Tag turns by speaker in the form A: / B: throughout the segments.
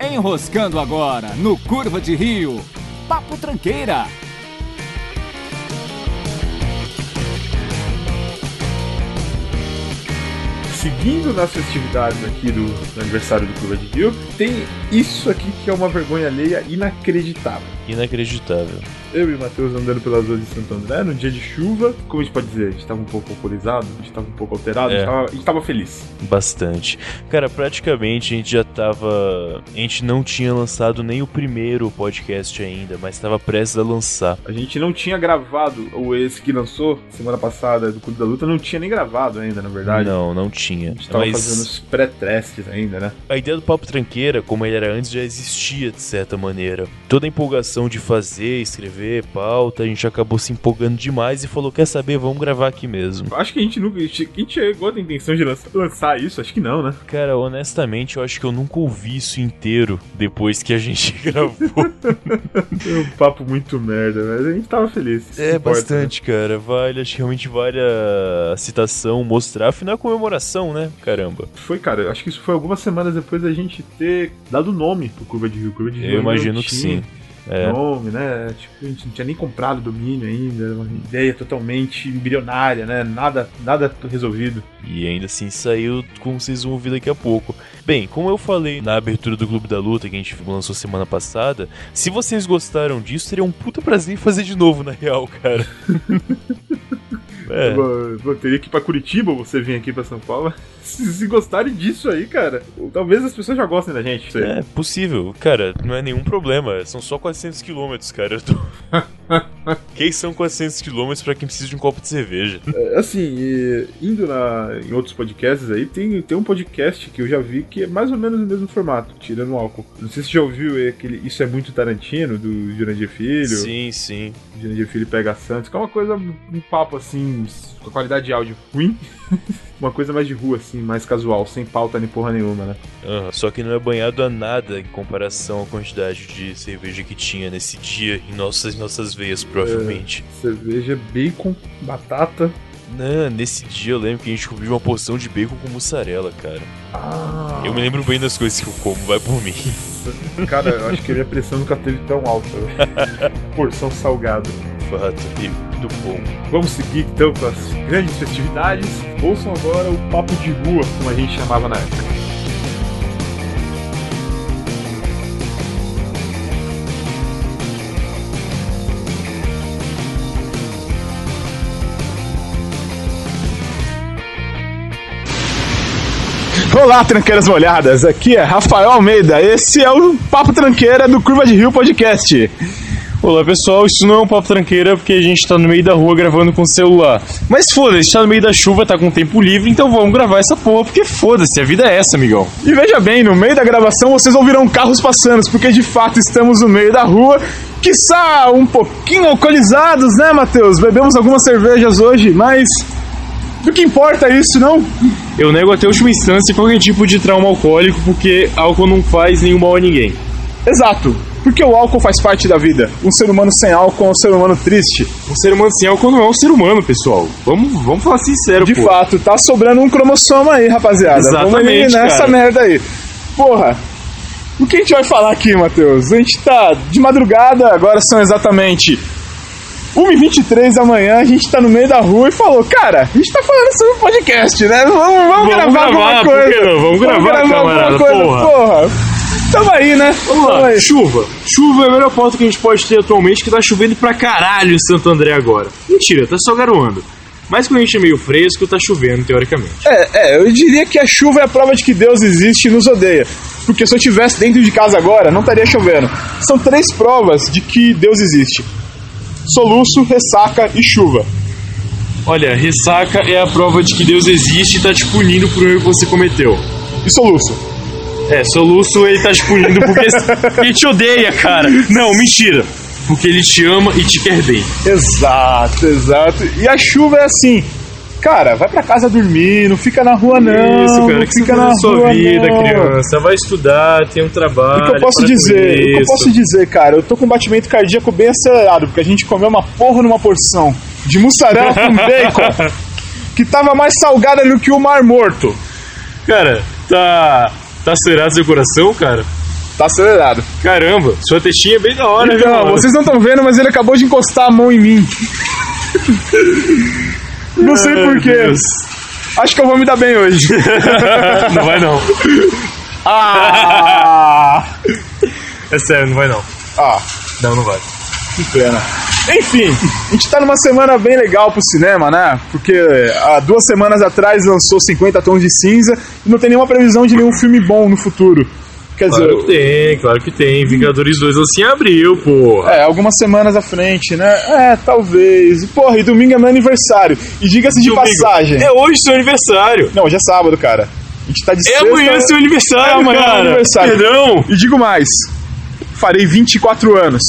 A: Enroscando agora no Curva de Rio. Papo Tranqueira.
B: Seguindo nas festividades aqui do, do aniversário do Curva de Rio, tem isso aqui que é uma vergonha alheia inacreditável.
C: Inacreditável.
B: Eu e o Matheus andando pelas ruas de Santo André num dia de chuva. Como a gente pode dizer? A gente tava um pouco alcoolizado, a gente tava um pouco alterado, a,
C: É.
B: gente tava, a gente tava feliz.
C: Bastante. Cara, praticamente a gente já tava. A gente não tinha lançado nem o primeiro podcast ainda, mas tava prestes a lançar.
B: A gente não tinha gravado, ou esse que lançou semana passada do Clube da Luta, não tinha nem gravado ainda, na verdade.
C: Não, não
B: A
C: tinha.
B: gente tava fazendo
C: Mas
B: os pré-testes ainda, né?
C: a ideia do Papo Tranqueira, como ele era antes, já existia de certa maneira. Toda a empolgação de fazer, escrever, pauta, a gente acabou se empolgando demais e falou: quer saber, vamos gravar aqui mesmo.
B: Acho que a gente nunca. A gente chegou a ter intenção de lançar, lançar isso, acho que não, né?
C: Cara, honestamente, eu acho que eu nunca ouvi isso inteiro depois que a gente gravou.
B: É um papo muito merda, mas a gente tava feliz. Isso que
C: É,
B: importa, né?
C: bastante, cara. Vale, acho que realmente vale a citação mostrar. Afinal, é comemoração, né? Caramba.
B: né? Foi, cara, eu acho que isso foi algumas semanas depois da gente ter dado nome pro Curva de Rio. Curva de Rio
C: Eu
B: não
C: imagino que
B: tinha
C: sim. É.
B: Nome, né? Tipo, a gente não tinha nem comprado domínio ainda, era uma ideia totalmente embrionária, né? Nada, nada resolvido.
C: E ainda assim saiu, como vocês vão ouvir daqui a pouco. Bem, como eu falei na abertura do Clube da Luta que a gente lançou semana passada, se vocês gostaram disso, seria um puta prazer em fazer de novo, na real, cara. é.
B: Eu vou- teria que ir pra Curitiba ou você vir aqui pra São Paulo. Se, se gostarem disso aí, cara, talvez as pessoas já gostem da gente. sei.
C: É possível, cara, não é nenhum problema. São só 400 quilômetros, cara. Eu tô... Quem são 400 quilômetros pra quem precisa de um copo de cerveja?
B: Assim, e indo na- em outros podcasts aí, tem, tem um podcast que eu já vi que é mais ou menos o mesmo formato, tirando o álcool. Não sei se você já ouviu é aquele Isso é Muito Tarantino, do Jurandir Filho.
C: Sim, sim.
B: O Jurandir Filho pega Santos, que é uma coisa, um papo assim, com a qualidade de áudio ruim. uma coisa mais de rua, assim, mais casual, sem pauta nem porra nenhuma, né?
C: Aham, Só que não é banhado a nada em comparação à quantidade de cerveja que tinha nesse dia em nossas, nossas veias,
B: É.
C: provavelmente.
B: Cerveja, bacon, batata.
C: Né, nesse dia eu lembro que a gente cobriu uma porção de bacon com mussarela, cara.
B: Ah,
C: Eu me lembro bem das coisas que eu como, vai por mim.
B: Cara, eu acho que a minha pressão nunca teve tão alta. Porção salgada.
C: Fato, e do bom.
B: Vamos seguir então com as grandes festividades. Ouçam agora o Papo de Rua, como a gente chamava na época.
D: Olá, tranqueiras molhadas. Aqui é Rafael Almeida. Esse é o Papo Tranqueira do Curva de Rio Podcast.
E: Olá pessoal, isso não é um papo tranqueira porque a gente tá no meio da rua gravando com o celular. Mas foda-se, tá no meio da chuva, tá com tempo livre, então vamos gravar essa porra porque foda-se, a vida é essa, amigão.
D: E veja bem, no meio da gravação vocês ouvirão carros passando, porque de fato estamos no meio da rua. Quiçá um pouquinho alcoolizados, né, Matheus? Bebemos algumas cervejas hoje, mas. Do que importa isso, não?
E: Eu nego até a última instância qualquer tipo de trauma alcoólico porque álcool não faz nenhum mal a ninguém.
D: Exato, porque o álcool faz parte da vida. Um ser humano sem álcool é um ser humano triste.
E: Um ser humano sem álcool não é um ser humano, pessoal. Vamos, vamos falar sincero,
D: De
E: pô.
D: fato, tá sobrando um cromossoma aí, rapaziada. Vamos
E: Exatamente,
D: eliminar essa
E: cara.
D: merda aí. Porra. O que a gente vai falar aqui, Matheus? A gente tá de madrugada, agora são exatamente 1h23 da manhã, a gente tá no meio da rua e falou, cara, a gente tá falando sobre podcast, né? Vamos, vamos, gravar, alguma
E: gravar, por
D: coisa.
E: que não? Vamos gravar, camarada, porra.
D: Tamo aí, né?
E: Vamos
D: Tamo
E: lá,
D: aí.
E: chuva. Chuva é a melhor pauta que a gente pode ter atualmente, que tá chovendo pra caralho em Santo André agora. Mentira, tá só garoando. Mas quando a gente é meio fresco, tá chovendo, teoricamente.
D: É, é, eu diria que a chuva é a prova de que Deus existe e nos odeia. Porque se eu estivesse dentro de casa agora, não estaria chovendo. São três provas de que Deus existe: soluço, ressaca e chuva.
E: Olha, ressaca é a prova de que Deus existe e tá te punindo por um erro que você cometeu.
D: E soluço.
E: É, soluço ele tá te punindo porque ele te odeia, cara. Não, mentira. Porque ele te ama e te quer bem.
D: Exato, exato. E a chuva é assim. Cara, vai pra casa dormir, não fica na rua não.
E: Isso, cara,
D: não
E: o que
D: fica
E: você faz
D: na
E: da sua
D: rua,
E: vida,
D: não.
E: criança. Vai estudar, tem um trabalho.
D: O que eu posso
E: para com
D: dizer, o que eu
E: isso.
D: posso dizer, cara, eu tô com um batimento cardíaco bem acelerado, porque a gente comeu uma porra numa porção de mussarela com bacon, que tava mais salgada do que o mar morto.
E: Cara, tá. Tá acelerado seu coração, cara?
B: Tá acelerado.
C: Caramba, sua textinha é bem da hora, viu?
B: Então,
C: mano?
B: vocês não estão vendo, mas ele acabou de encostar a mão em mim. Não sei
C: Ai,
B: porquê.
C: Deus.
B: Acho que eu vou me dar bem hoje.
C: Não vai não.
B: Ah!
C: É sério, não vai não.
B: Ah.
C: Não, não vai.
B: Que pena. Enfim, a gente tá numa semana bem legal pro cinema, né? Porque há duas semanas atrás lançou 50 Tons de Cinza e não tem nenhuma previsão de nenhum filme bom no futuro. Quer dizer,
C: Claro que tem, claro que tem. Vingadores 2 assim abriu, porra.
B: é, algumas semanas à frente, né? É, talvez. Porra, e domingo é meu aniversário. E diga-se de
C: Domingo.
B: passagem.
C: É hoje seu aniversário.
B: Não, hoje é sábado, cara. A gente tá de
C: É
B: sexta-
C: amanhã seu
B: É
C: aniversário,
B: amanhã meu
C: cara.
B: aniversário.
C: Perdão.
B: E digo mais, farei 24 anos.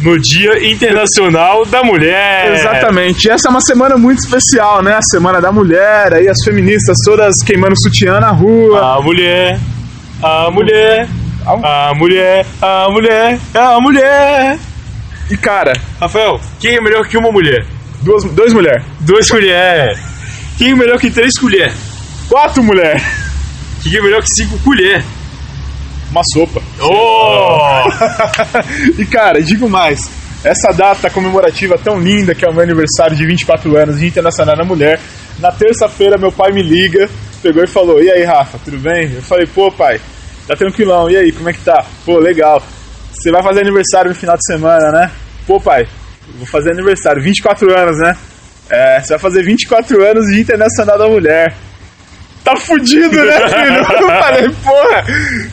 C: No Dia Internacional da Mulher.
B: Exatamente. E essa é uma semana muito especial, né? A Semana da Mulher, aí as feministas todas queimando sutiã na rua.
C: A mulher, a mulher, a mulher, a mulher, a mulher.
B: E cara,
C: Rafael, quem é melhor que uma mulher?
B: duas, dois mulheres.
C: Duas colheres. Quem é melhor que três colheres?
B: Quatro mulheres.
C: Quem é melhor que cinco colheres?
B: Uma sopa.
C: Oh!
B: E cara, digo mais. Essa data comemorativa tão linda que é o meu aniversário de 24 anos de Internacional da Mulher. Na terça-feira, meu pai me liga, pegou e falou: E aí, Rafa, tudo bem? Eu falei: Pô, pai, tá tranquilão. E aí, como é que tá? Pô, legal. Você vai fazer aniversário no final de semana, né? Pô, pai, vou fazer aniversário, 24 anos, né? É, você vai fazer 24 anos de Internacional da Mulher. Tá fudido, né, filho? Eu falei, porra,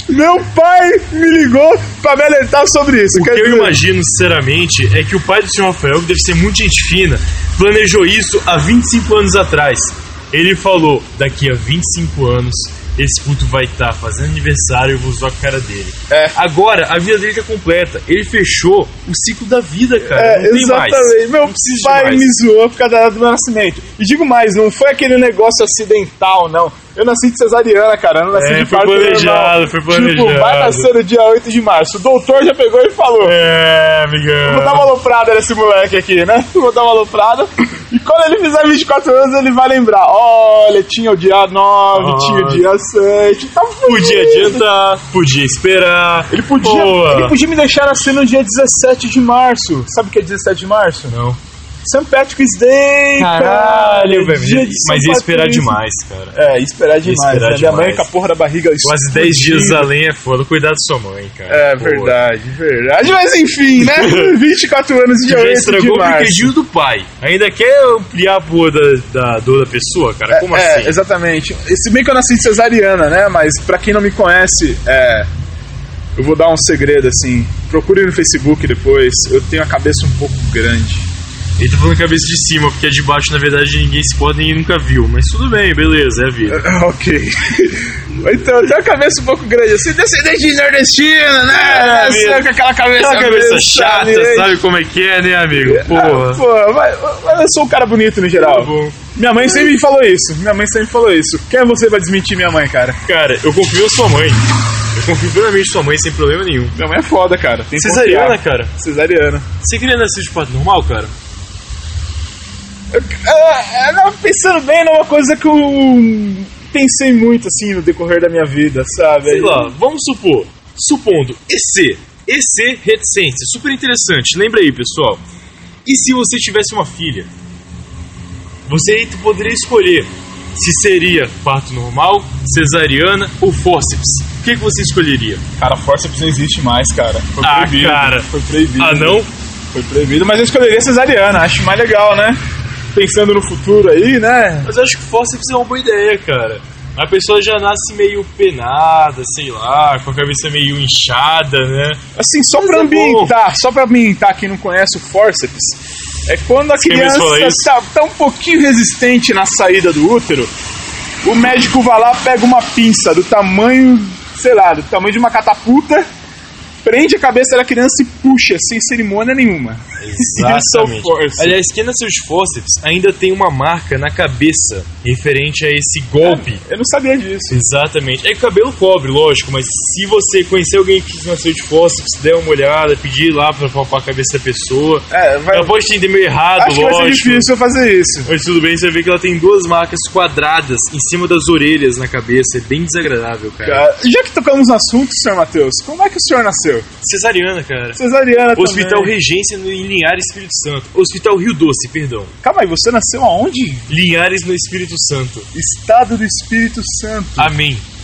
B: meu pai me ligou pra me alertar sobre isso.
C: O que eu imagino, sinceramente, é que o pai do senhor Rafael, que deve ser muito gente fina, planejou isso há 25 anos atrás. Ele falou: daqui a 25 anos, esse puto vai estar fazendo aniversário e eu vou usar com a cara dele.
B: É.
C: Agora, a vida dele tá completa. Ele fechou o ciclo da vida, cara.
B: É,
C: não tem
B: exatamente.
C: mais.
B: Meu
C: não precisa de
B: pai
C: mais.
B: me zoou por causa da data do meu nascimento. E digo mais, não foi aquele negócio acidental, não. Eu nasci de cesariana, cara. Eu não nasci
C: É,
B: de
C: foi
B: parto
C: planejado,
B: normal.
C: foi planejado.
B: Tipo, vai nascer no dia 8 de março. O doutor já pegou e falou.
C: É,
B: Vou dar
C: amigão.
B: uma aloprada nesse moleque aqui, né? Vou dar uma aloprada. E quando ele fizer 24 anos, ele vai lembrar. Olha, tinha o dia 9, tinha o dia 7. Tá
C: Podia
B: fudido.
C: adiantar, podia esperar.
B: Ele podia,
C: Boa.
B: ele podia me deixar nascer no dia 17 de março. Sabe o que é 17 de março?
C: Não.
B: St. Patrick's Day,
C: Caralho, velho.
B: Dia de São
C: Mas ia esperar
B: Patrício.
C: demais, cara.
B: É, ia esperar demais.
C: esperar
B: né? Minha mãe
C: demais.
B: com a porra da barriga
C: Quase 10 dias
B: explodindo.
C: além é foda. Cuidado da sua mãe, cara.
B: É
C: Pô.
B: verdade, verdade. Mas enfim, né? 24 anos de
C: Já
B: 8 de
C: estragou o
B: março.
C: brinquedinho do pai. Ainda quer ampliar a porra da, da dor da pessoa, cara? Como
B: é,
C: assim?
B: exatamente. E Se bem que eu nasci de cesariana, né? Mas pra quem não me conhece, é. Eu vou dar um segredo assim. Procure no Facebook depois. Eu tenho a cabeça um pouco grande.
C: Ele tá falando cabeça de cima, porque a de baixo, na verdade, ninguém se pode e nunca viu. Mas tudo bem, beleza, é a vida.
B: Ok. Então, eu tenho a cabeça um pouco grande. assim, descendente de nordestino, né?
C: É,
B: Assim,
C: mesmo.
B: com aquela cabeça,
C: Aquela cabeça
B: meio
C: chata,
B: saliente.
C: sabe como é que é, né, amigo?
B: Ah,
C: Porra.
B: Pô, mas, mas eu sou um cara bonito no
C: Tá
B: geral.
C: bom.
B: Minha mãe sempre me falou isso. Minha mãe sempre falou isso. Quem é você pra desmentir minha mãe, cara?
C: Cara, eu confio em sua mãe. Eu confio plenamente em sua mãe, sem problema nenhum.
B: Minha mãe é foda, cara. Tem que
C: Cesariana,
B: confiar.
C: cara.
B: Cesariana.
C: Você queria nascer de parto normal, cara?
B: Ah, não, pensando bem, é uma coisa que eu pensei muito, assim, no decorrer da minha vida, sabe?
C: Sei lá, vamos supor. Supondo, EC. EC reticência. Super interessante. Lembra aí, pessoal. E se você tivesse uma filha? Você aí poderia escolher se seria parto normal, cesariana ou fórceps. O que, que você escolheria?
B: Cara, forceps não existe mais, cara. Foi
C: Ah,
B: proibido.
C: cara.
B: Foi proibido.
C: Ah, não?
B: Foi proibido, mas eu escolheria cesariana, acho mais legal, né? Pensando no futuro aí, né?
C: Mas eu acho que fórceps é uma boa ideia, cara. A pessoa já nasce meio penada, sei lá, com a cabeça meio inchada, né?
B: Assim, só pra
C: é
B: ambientar, só pra ambientar quem não conhece o forceps, é quando a
C: quer me
B: criança
C: falar isso?
B: tá, tá um pouquinho resistente na saída do útero, o médico vai lá, pega uma pinça do tamanho, sei lá, do tamanho de uma catapulta, prende a cabeça da criança e puxa, sem cerimônia nenhuma.
C: Exatamente. Aliás, quem nasceu de fósseis ainda tem uma marca na cabeça referente a esse golpe.
B: Eu não sabia disso.
C: Exatamente. É que o cabelo cobre, lógico, mas se você conhecer alguém que nasceu de fósseis, der uma olhada, pedir lá pra palpar a cabeça da pessoa.
B: É, vai,
C: Ela pode entender meio errado,
B: acho que vai ser
C: lógico.
B: difícil eu fazer isso.
C: Mas tudo bem, você vê que ela tem duas marcas quadradas em cima das orelhas na cabeça. É bem desagradável, cara.
B: Cara, Ah, Já que tocamos no assunto, senhor Matheus, como é que o senhor nasceu?
C: Cesariana, cara.
B: Cesariana
C: Hospital
B: também.
C: Regência no- em Linhares, Espírito Santo. Hospital Rio Doce, perdão.
B: Calma aí, você nasceu aonde?
C: Linhares no Espírito Santo.
B: Estado do Espírito Santo.
C: Amém.
B: Ah,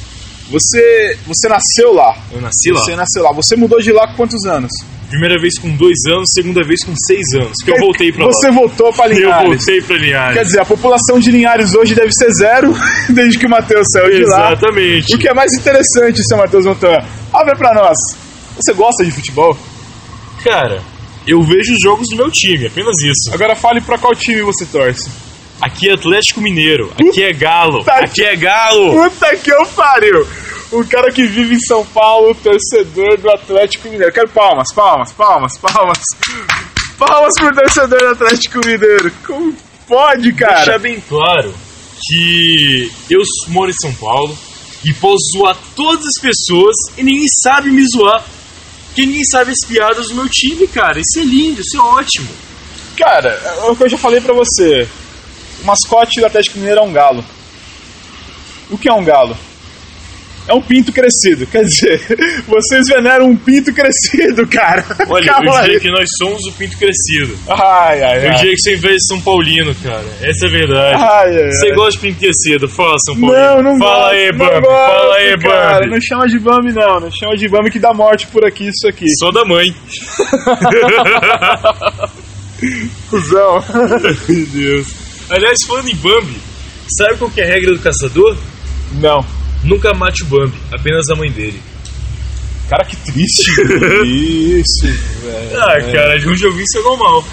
B: Você, você nasceu lá.
C: Eu nasci lá.
B: Você nasceu lá. Você mudou de lá com quantos anos?
C: Primeira vez com dois anos, segunda vez com seis anos. Que eu voltei pra lá.
B: Você voltou pra
C: Eu
B: Linhares.
C: voltei pra Linhares.
B: Quer dizer, a população de Linhares hoje deve ser zero, desde que o Matheus saiu de lá.
C: Exatamente.
B: O que é mais interessante, seu Matheus Montan, abre pra nós. Você gosta de futebol?
C: Cara, eu vejo os jogos do meu time, apenas isso.
B: Agora fale pra qual time você torce.
C: Aqui é Atlético Mineiro, aqui é Galo, aqui é Galo.
B: Puta que eu pariu! O cara que vive em São Paulo, torcedor do Atlético Mineiro. Quero palmas, palmas, palmas, palmas. Palmas pro torcedor do Atlético Mineiro. Como pode,
C: Deixar
B: cara?
C: bem claro que eu moro em São Paulo e posso zoar todas as pessoas e ninguém sabe me zoar. Porque ninguém sabe as piadas do meu time, cara. Isso é lindo, isso é ótimo.
B: Cara, é o que eu já falei pra você. O mascote do Atlético Mineiro é um galo. O que é um galo? É um pinto crescido. Quer dizer, vocês veneram um pinto crescido, cara.
C: Olha,
B: Calma
C: eu diria
B: aí.
C: que nós somos o Pinto Crescido.
B: Ai, ai,
C: Eu
B: ai.
C: diria que você é São Paulino, cara. Essa é a verdade.
B: Ai, ai,
C: Você
B: ai.
C: gosta de Pinto Crescido? Fala, São Paulino.
B: Ah, Não, não
C: Fala
B: gosto,
C: aí,
B: não
C: Bambi.
B: gosto,
C: Fala aí,
B: cara.
C: Bambi.
B: Não chama de Bambi, não. Não chama de Bambi que dá morte por aqui, isso aqui.
C: Só da mãe.
B: Cusão.
C: Meu Deus. Aliás, falando em Bambi, sabe qual que é a regra do caçador?
B: Não.
C: Nunca mate o Bambi, apenas a mãe dele.
B: Cara, que triste. isso, velho.
C: Ah, cara, de onde eu vi isso é normal.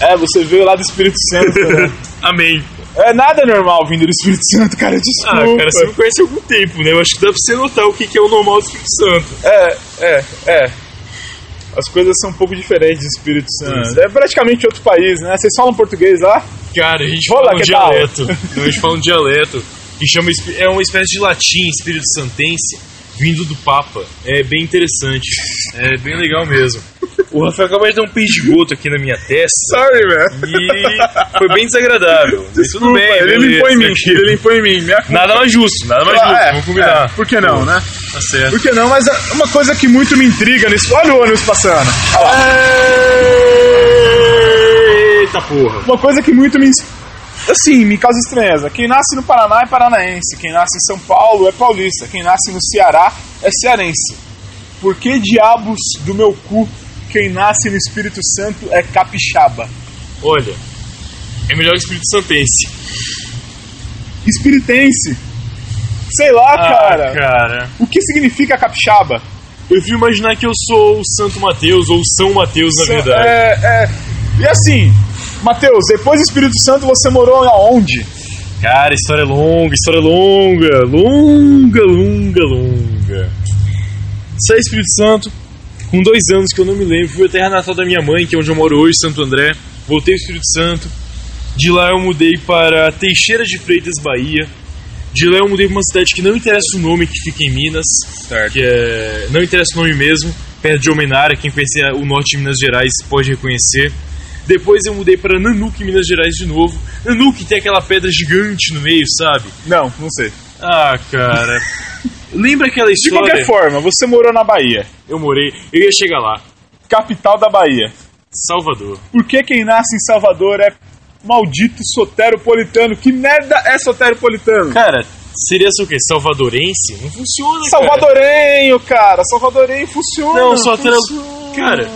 B: É, você veio lá do Espírito Santo, né?
C: Amém.
B: É nada normal vindo do Espírito Santo, cara.
C: Ah,
B: Desculpa.
C: cara, você me conhece há algum tempo, né? Eu acho que dá pra você notar o que que é o normal do Espírito Santo.
B: É, é, é. As coisas são um pouco diferentes do Espírito
C: Ah.
B: Santo. É praticamente outro país, né? Vocês falam português lá?
C: Cara, a gente
B: Olá,
C: fala um
B: que tal?
C: dialeto. Não, a gente fala um dialeto que chama, espi- é uma espécie de latim espírito santense vindo do Papa. É bem interessante. É bem legal mesmo. O Rafael acabou de dar um pedigoto aqui na minha testa.
B: Sorry, man.
C: E foi bem desagradável. Mas tudo bem,
B: ele
C: beleza.
B: limpou em mim, ele limpou em mim. Minha...
C: Nada mais justo, nada mais justo.
B: Ah, é,
C: Vamos combinar.
B: é. Por que não, né?
C: Tá certo.
B: Por que não? Mas ah, uma coisa que muito me intriga nesse. Olha o ônibus passando. Olha lá.
C: Eita porra.
B: Uma coisa que muito me. ins- Assim, me causa estranheza. Quem nasce no Paraná é paranaense. Quem nasce em São Paulo é paulista. Quem nasce no Ceará é cearense. Por que diabos do meu cu quem nasce no Espírito Santo é capixaba?
C: Olha, é melhor que Espírito Santense.
B: Espiritense. Sei lá, Ah, cara.
C: Ah, cara.
B: O que significa capixaba?
C: Eu fui imaginar que eu sou o Santo Mateus ou o São Mateus, na verdade.
B: É, é. E assim, Matheus, depois do Espírito Santo você morou aonde?
C: Cara, história é longa, história é longa, longa, longa, longa. Saí do Espírito Santo, com dois anos que eu não me lembro, fui à terra natal da minha mãe, que é onde eu moro hoje, Santo André. Voltei ao Espírito Santo. De lá eu mudei para Teixeira de Freitas, Bahia. De lá eu mudei para uma cidade que não interessa o nome, que fica em Minas. Que é... Não interessa o nome mesmo, perto de Almenara. Quem conhece o norte de Minas Gerais pode reconhecer. Depois eu mudei para Nanuque, Minas Gerais de novo. Nanuque tem aquela pedra gigante no meio, sabe?
B: Não, não sei.
C: Ah, cara. Lembra aquela
B: De
C: história?
B: qualquer forma, você morou na Bahia,
C: Eu morei, eu ia chegar lá.
B: capital da Bahia.
C: Salvador.
B: Por que quem nasce em Salvador é maldito soteropolitano? Que merda é soteropolitano? É
C: Cara, seria só o quê? Salvadorense? Não funciona, cara.
B: Salvadorenho, cara. Salvadorenho funciona.
C: Não, só tra-
B: funciona.
C: Cara.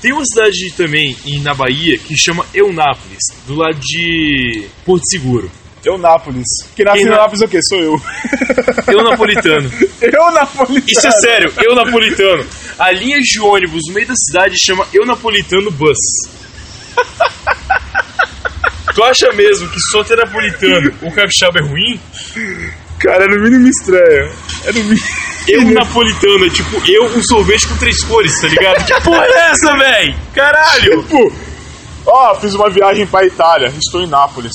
C: Tem uma cidade também em- na Bahia que chama Eunápolis, do lado de Porto Seguro.
B: Eu Nápoles. Quem nasce
C: Quem
B: em
C: na-
B: Nápoles é o quê? Sou eu.
C: Eu napolitano.
B: eu Napolitano.
C: Isso é sério, eu napolitano. A linha de ônibus no meio da cidade chama Eu Napolitano Bus. Tu acha mesmo que só ter napolitano o capixaba é ruim?
B: Cara, é no mínimo estranho. É no mínimo.
C: Eu napolitano, é tipo eu um sorvete com três cores, tá ligado? Que porra é essa, véi? Caralho!
B: Tipo, ó, fiz uma viagem pra Itália, estou em Nápoles.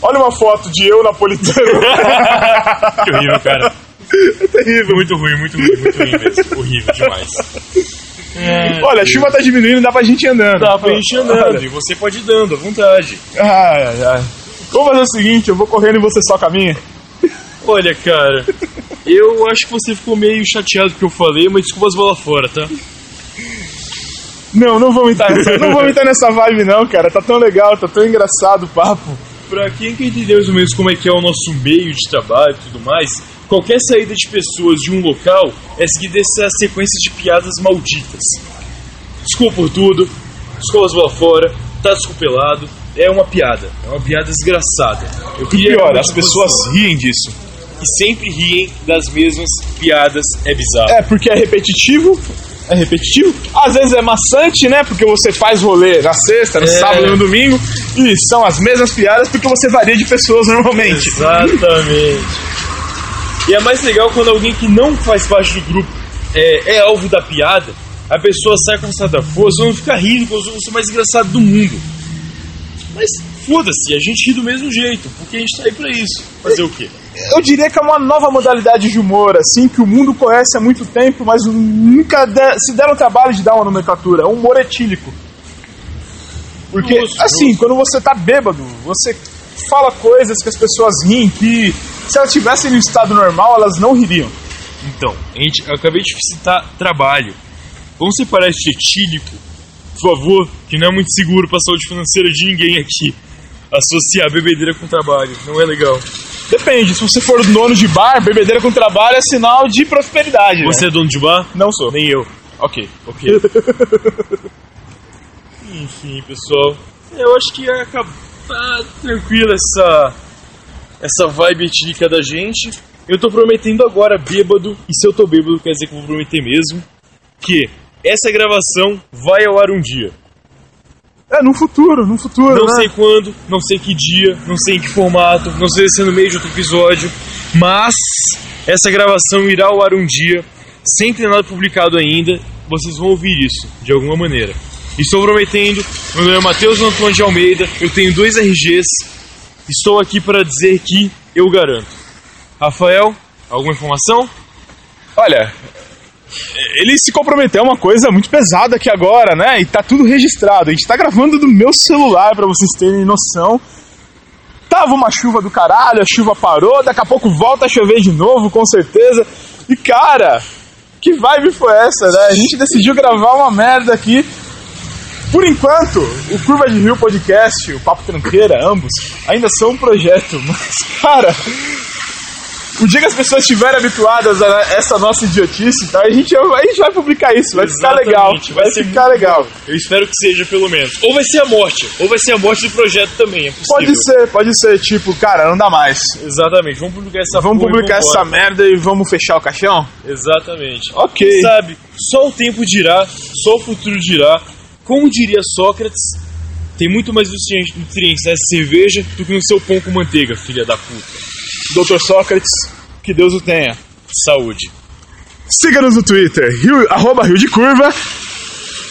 B: Olha uma foto de eu napolitano.
C: Que horrível, cara. É terrível. Muito ruim, muito ruim, muito ruim mesmo. Horrível demais.
B: Olha, a chuva tá diminuindo, dá pra gente ir andando.
C: Dá pra gente ir andando, e você pode ir dando, à vontade.
B: Ai, ai, ai. Vamos fazer o seguinte, eu vou correndo e você só caminha.
C: Olha, cara, eu acho que você ficou meio chateado porque eu falei, mas desculpa as bolas fora, tá?
B: Não, não vamos entrar nessa, não vamos entrar nessa vibe não, cara. Tá tão legal, tá tão engraçado o papo.
C: Pra quem quer entender mais ou menos como é que é o nosso meio de trabalho e tudo mais, qualquer saída de pessoas de um local é seguida dessa sequência de piadas malditas. Desculpa por tudo, desculpa as bolas fora, tá desculpelado, é uma piada, é uma piada desgraçada. Eu
B: E
C: queria
B: pior, as pessoas riem disso.
C: que sempre riem das mesmas piadas, é bizarro.
B: É, porque é repetitivo. É repetitivo. Às vezes é maçante, né? Porque você faz rolê na sexta, no
C: É.
B: sábado, no domingo. E são as mesmas piadas porque você varia de pessoas normalmente.
C: Exatamente. E é mais legal quando alguém que não faz parte do grupo é, é alvo da piada, a pessoa sai com essa da força, não fica rindo, que eu sou- eu sou o mais engraçado do mundo. Mas foda-se, a gente ri do mesmo jeito, porque a gente tá aí pra isso. Fazer o quê?
B: Eu diria que é uma nova modalidade de humor, assim, que o mundo conhece há muito tempo, mas nunca de- se deram o trabalho de dar uma nomenclatura. É um humor etílico. Porque,
C: Justo,
B: assim, quando você tá bêbado, você fala coisas que as pessoas riem, que se elas estivessem no estado normal, elas não ririam.
C: Então, a gente, eu acabei de citar trabalho. Vamos separar esse etílico, por favor, que não é muito seguro pra saúde financeira de ninguém aqui. Associar bebedeira com trabalho, não é legal.
B: Depende, se você for dono de bar, bebedeira com trabalho é sinal de prosperidade. né?
C: Você é dono de bar?
B: Não sou.
C: Nem eu. Ok, ok. Enfim, pessoal. Eu acho que acabou tranquila essa essa vibe etílica da gente. Eu tô prometendo agora bêbado, e se eu tô bêbado quer dizer que eu vou prometer mesmo, que essa gravação vai ao ar um dia.
B: É, no futuro, no futuro.
C: Não
B: né?
C: sei quando, não sei que dia, não sei em que formato, não sei se é no meio de outro episódio, mas essa gravação irá ao ar um dia, sem ter nada publicado ainda, vocês vão ouvir isso, de alguma maneira. Estou prometendo, meu nome é Matheus Antônio de Almeida, eu tenho dois RGs, estou aqui para dizer que eu garanto. Rafael, alguma informação?
B: Olha, ele se comprometeu a uma coisa muito pesada aqui agora, né? E tá tudo registrado. A gente tá gravando do meu celular pra vocês terem noção. Tava uma chuva do caralho, a chuva parou, daqui a pouco volta a chover de novo, com certeza. E cara, que vibe foi essa, né? A gente decidiu gravar uma merda aqui. Por enquanto, o Curva de Rio Podcast, o Papo Tranqueira, ambos, ainda são um projeto, mas cara, o dia que as pessoas estiverem habituadas a essa nossa idiotice, tá? a, gente, a gente vai publicar isso, vai ficar
C: Exatamente,
B: legal.
C: vai
B: Vai,
C: ser
B: ficar legal.
C: Eu espero que seja, pelo menos. Ou vai ser a morte, ou vai ser a morte do projeto também, é possível.
B: Pode ser, pode ser, tipo, cara, não dá mais.
C: Exatamente, vamos publicar essa
B: Então Vamos
C: porra e
B: publicar
C: vambora.
B: essa merda e vamos fechar o caixão?
C: Exatamente.
B: Ok.
C: Quem sabe, só o tempo dirá, só o futuro dirá. Como diria Sócrates, tem muito mais nutrientes nutrientes nessa cerveja do que no seu pão com manteiga, filha da puta.
B: Dr. Sócrates, que Deus o tenha.
C: Saúde.
B: Siga-nos no Twitter, Rio, arroba Rio de Curva.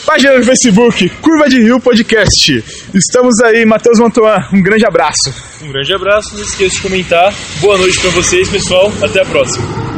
B: Página no Facebook, Curva de Rio Podcast. Estamos aí, Matheus Mantuan. Um grande abraço.
C: Um grande abraço, não esqueça de comentar. Boa noite pra vocês, pessoal. Até a próxima.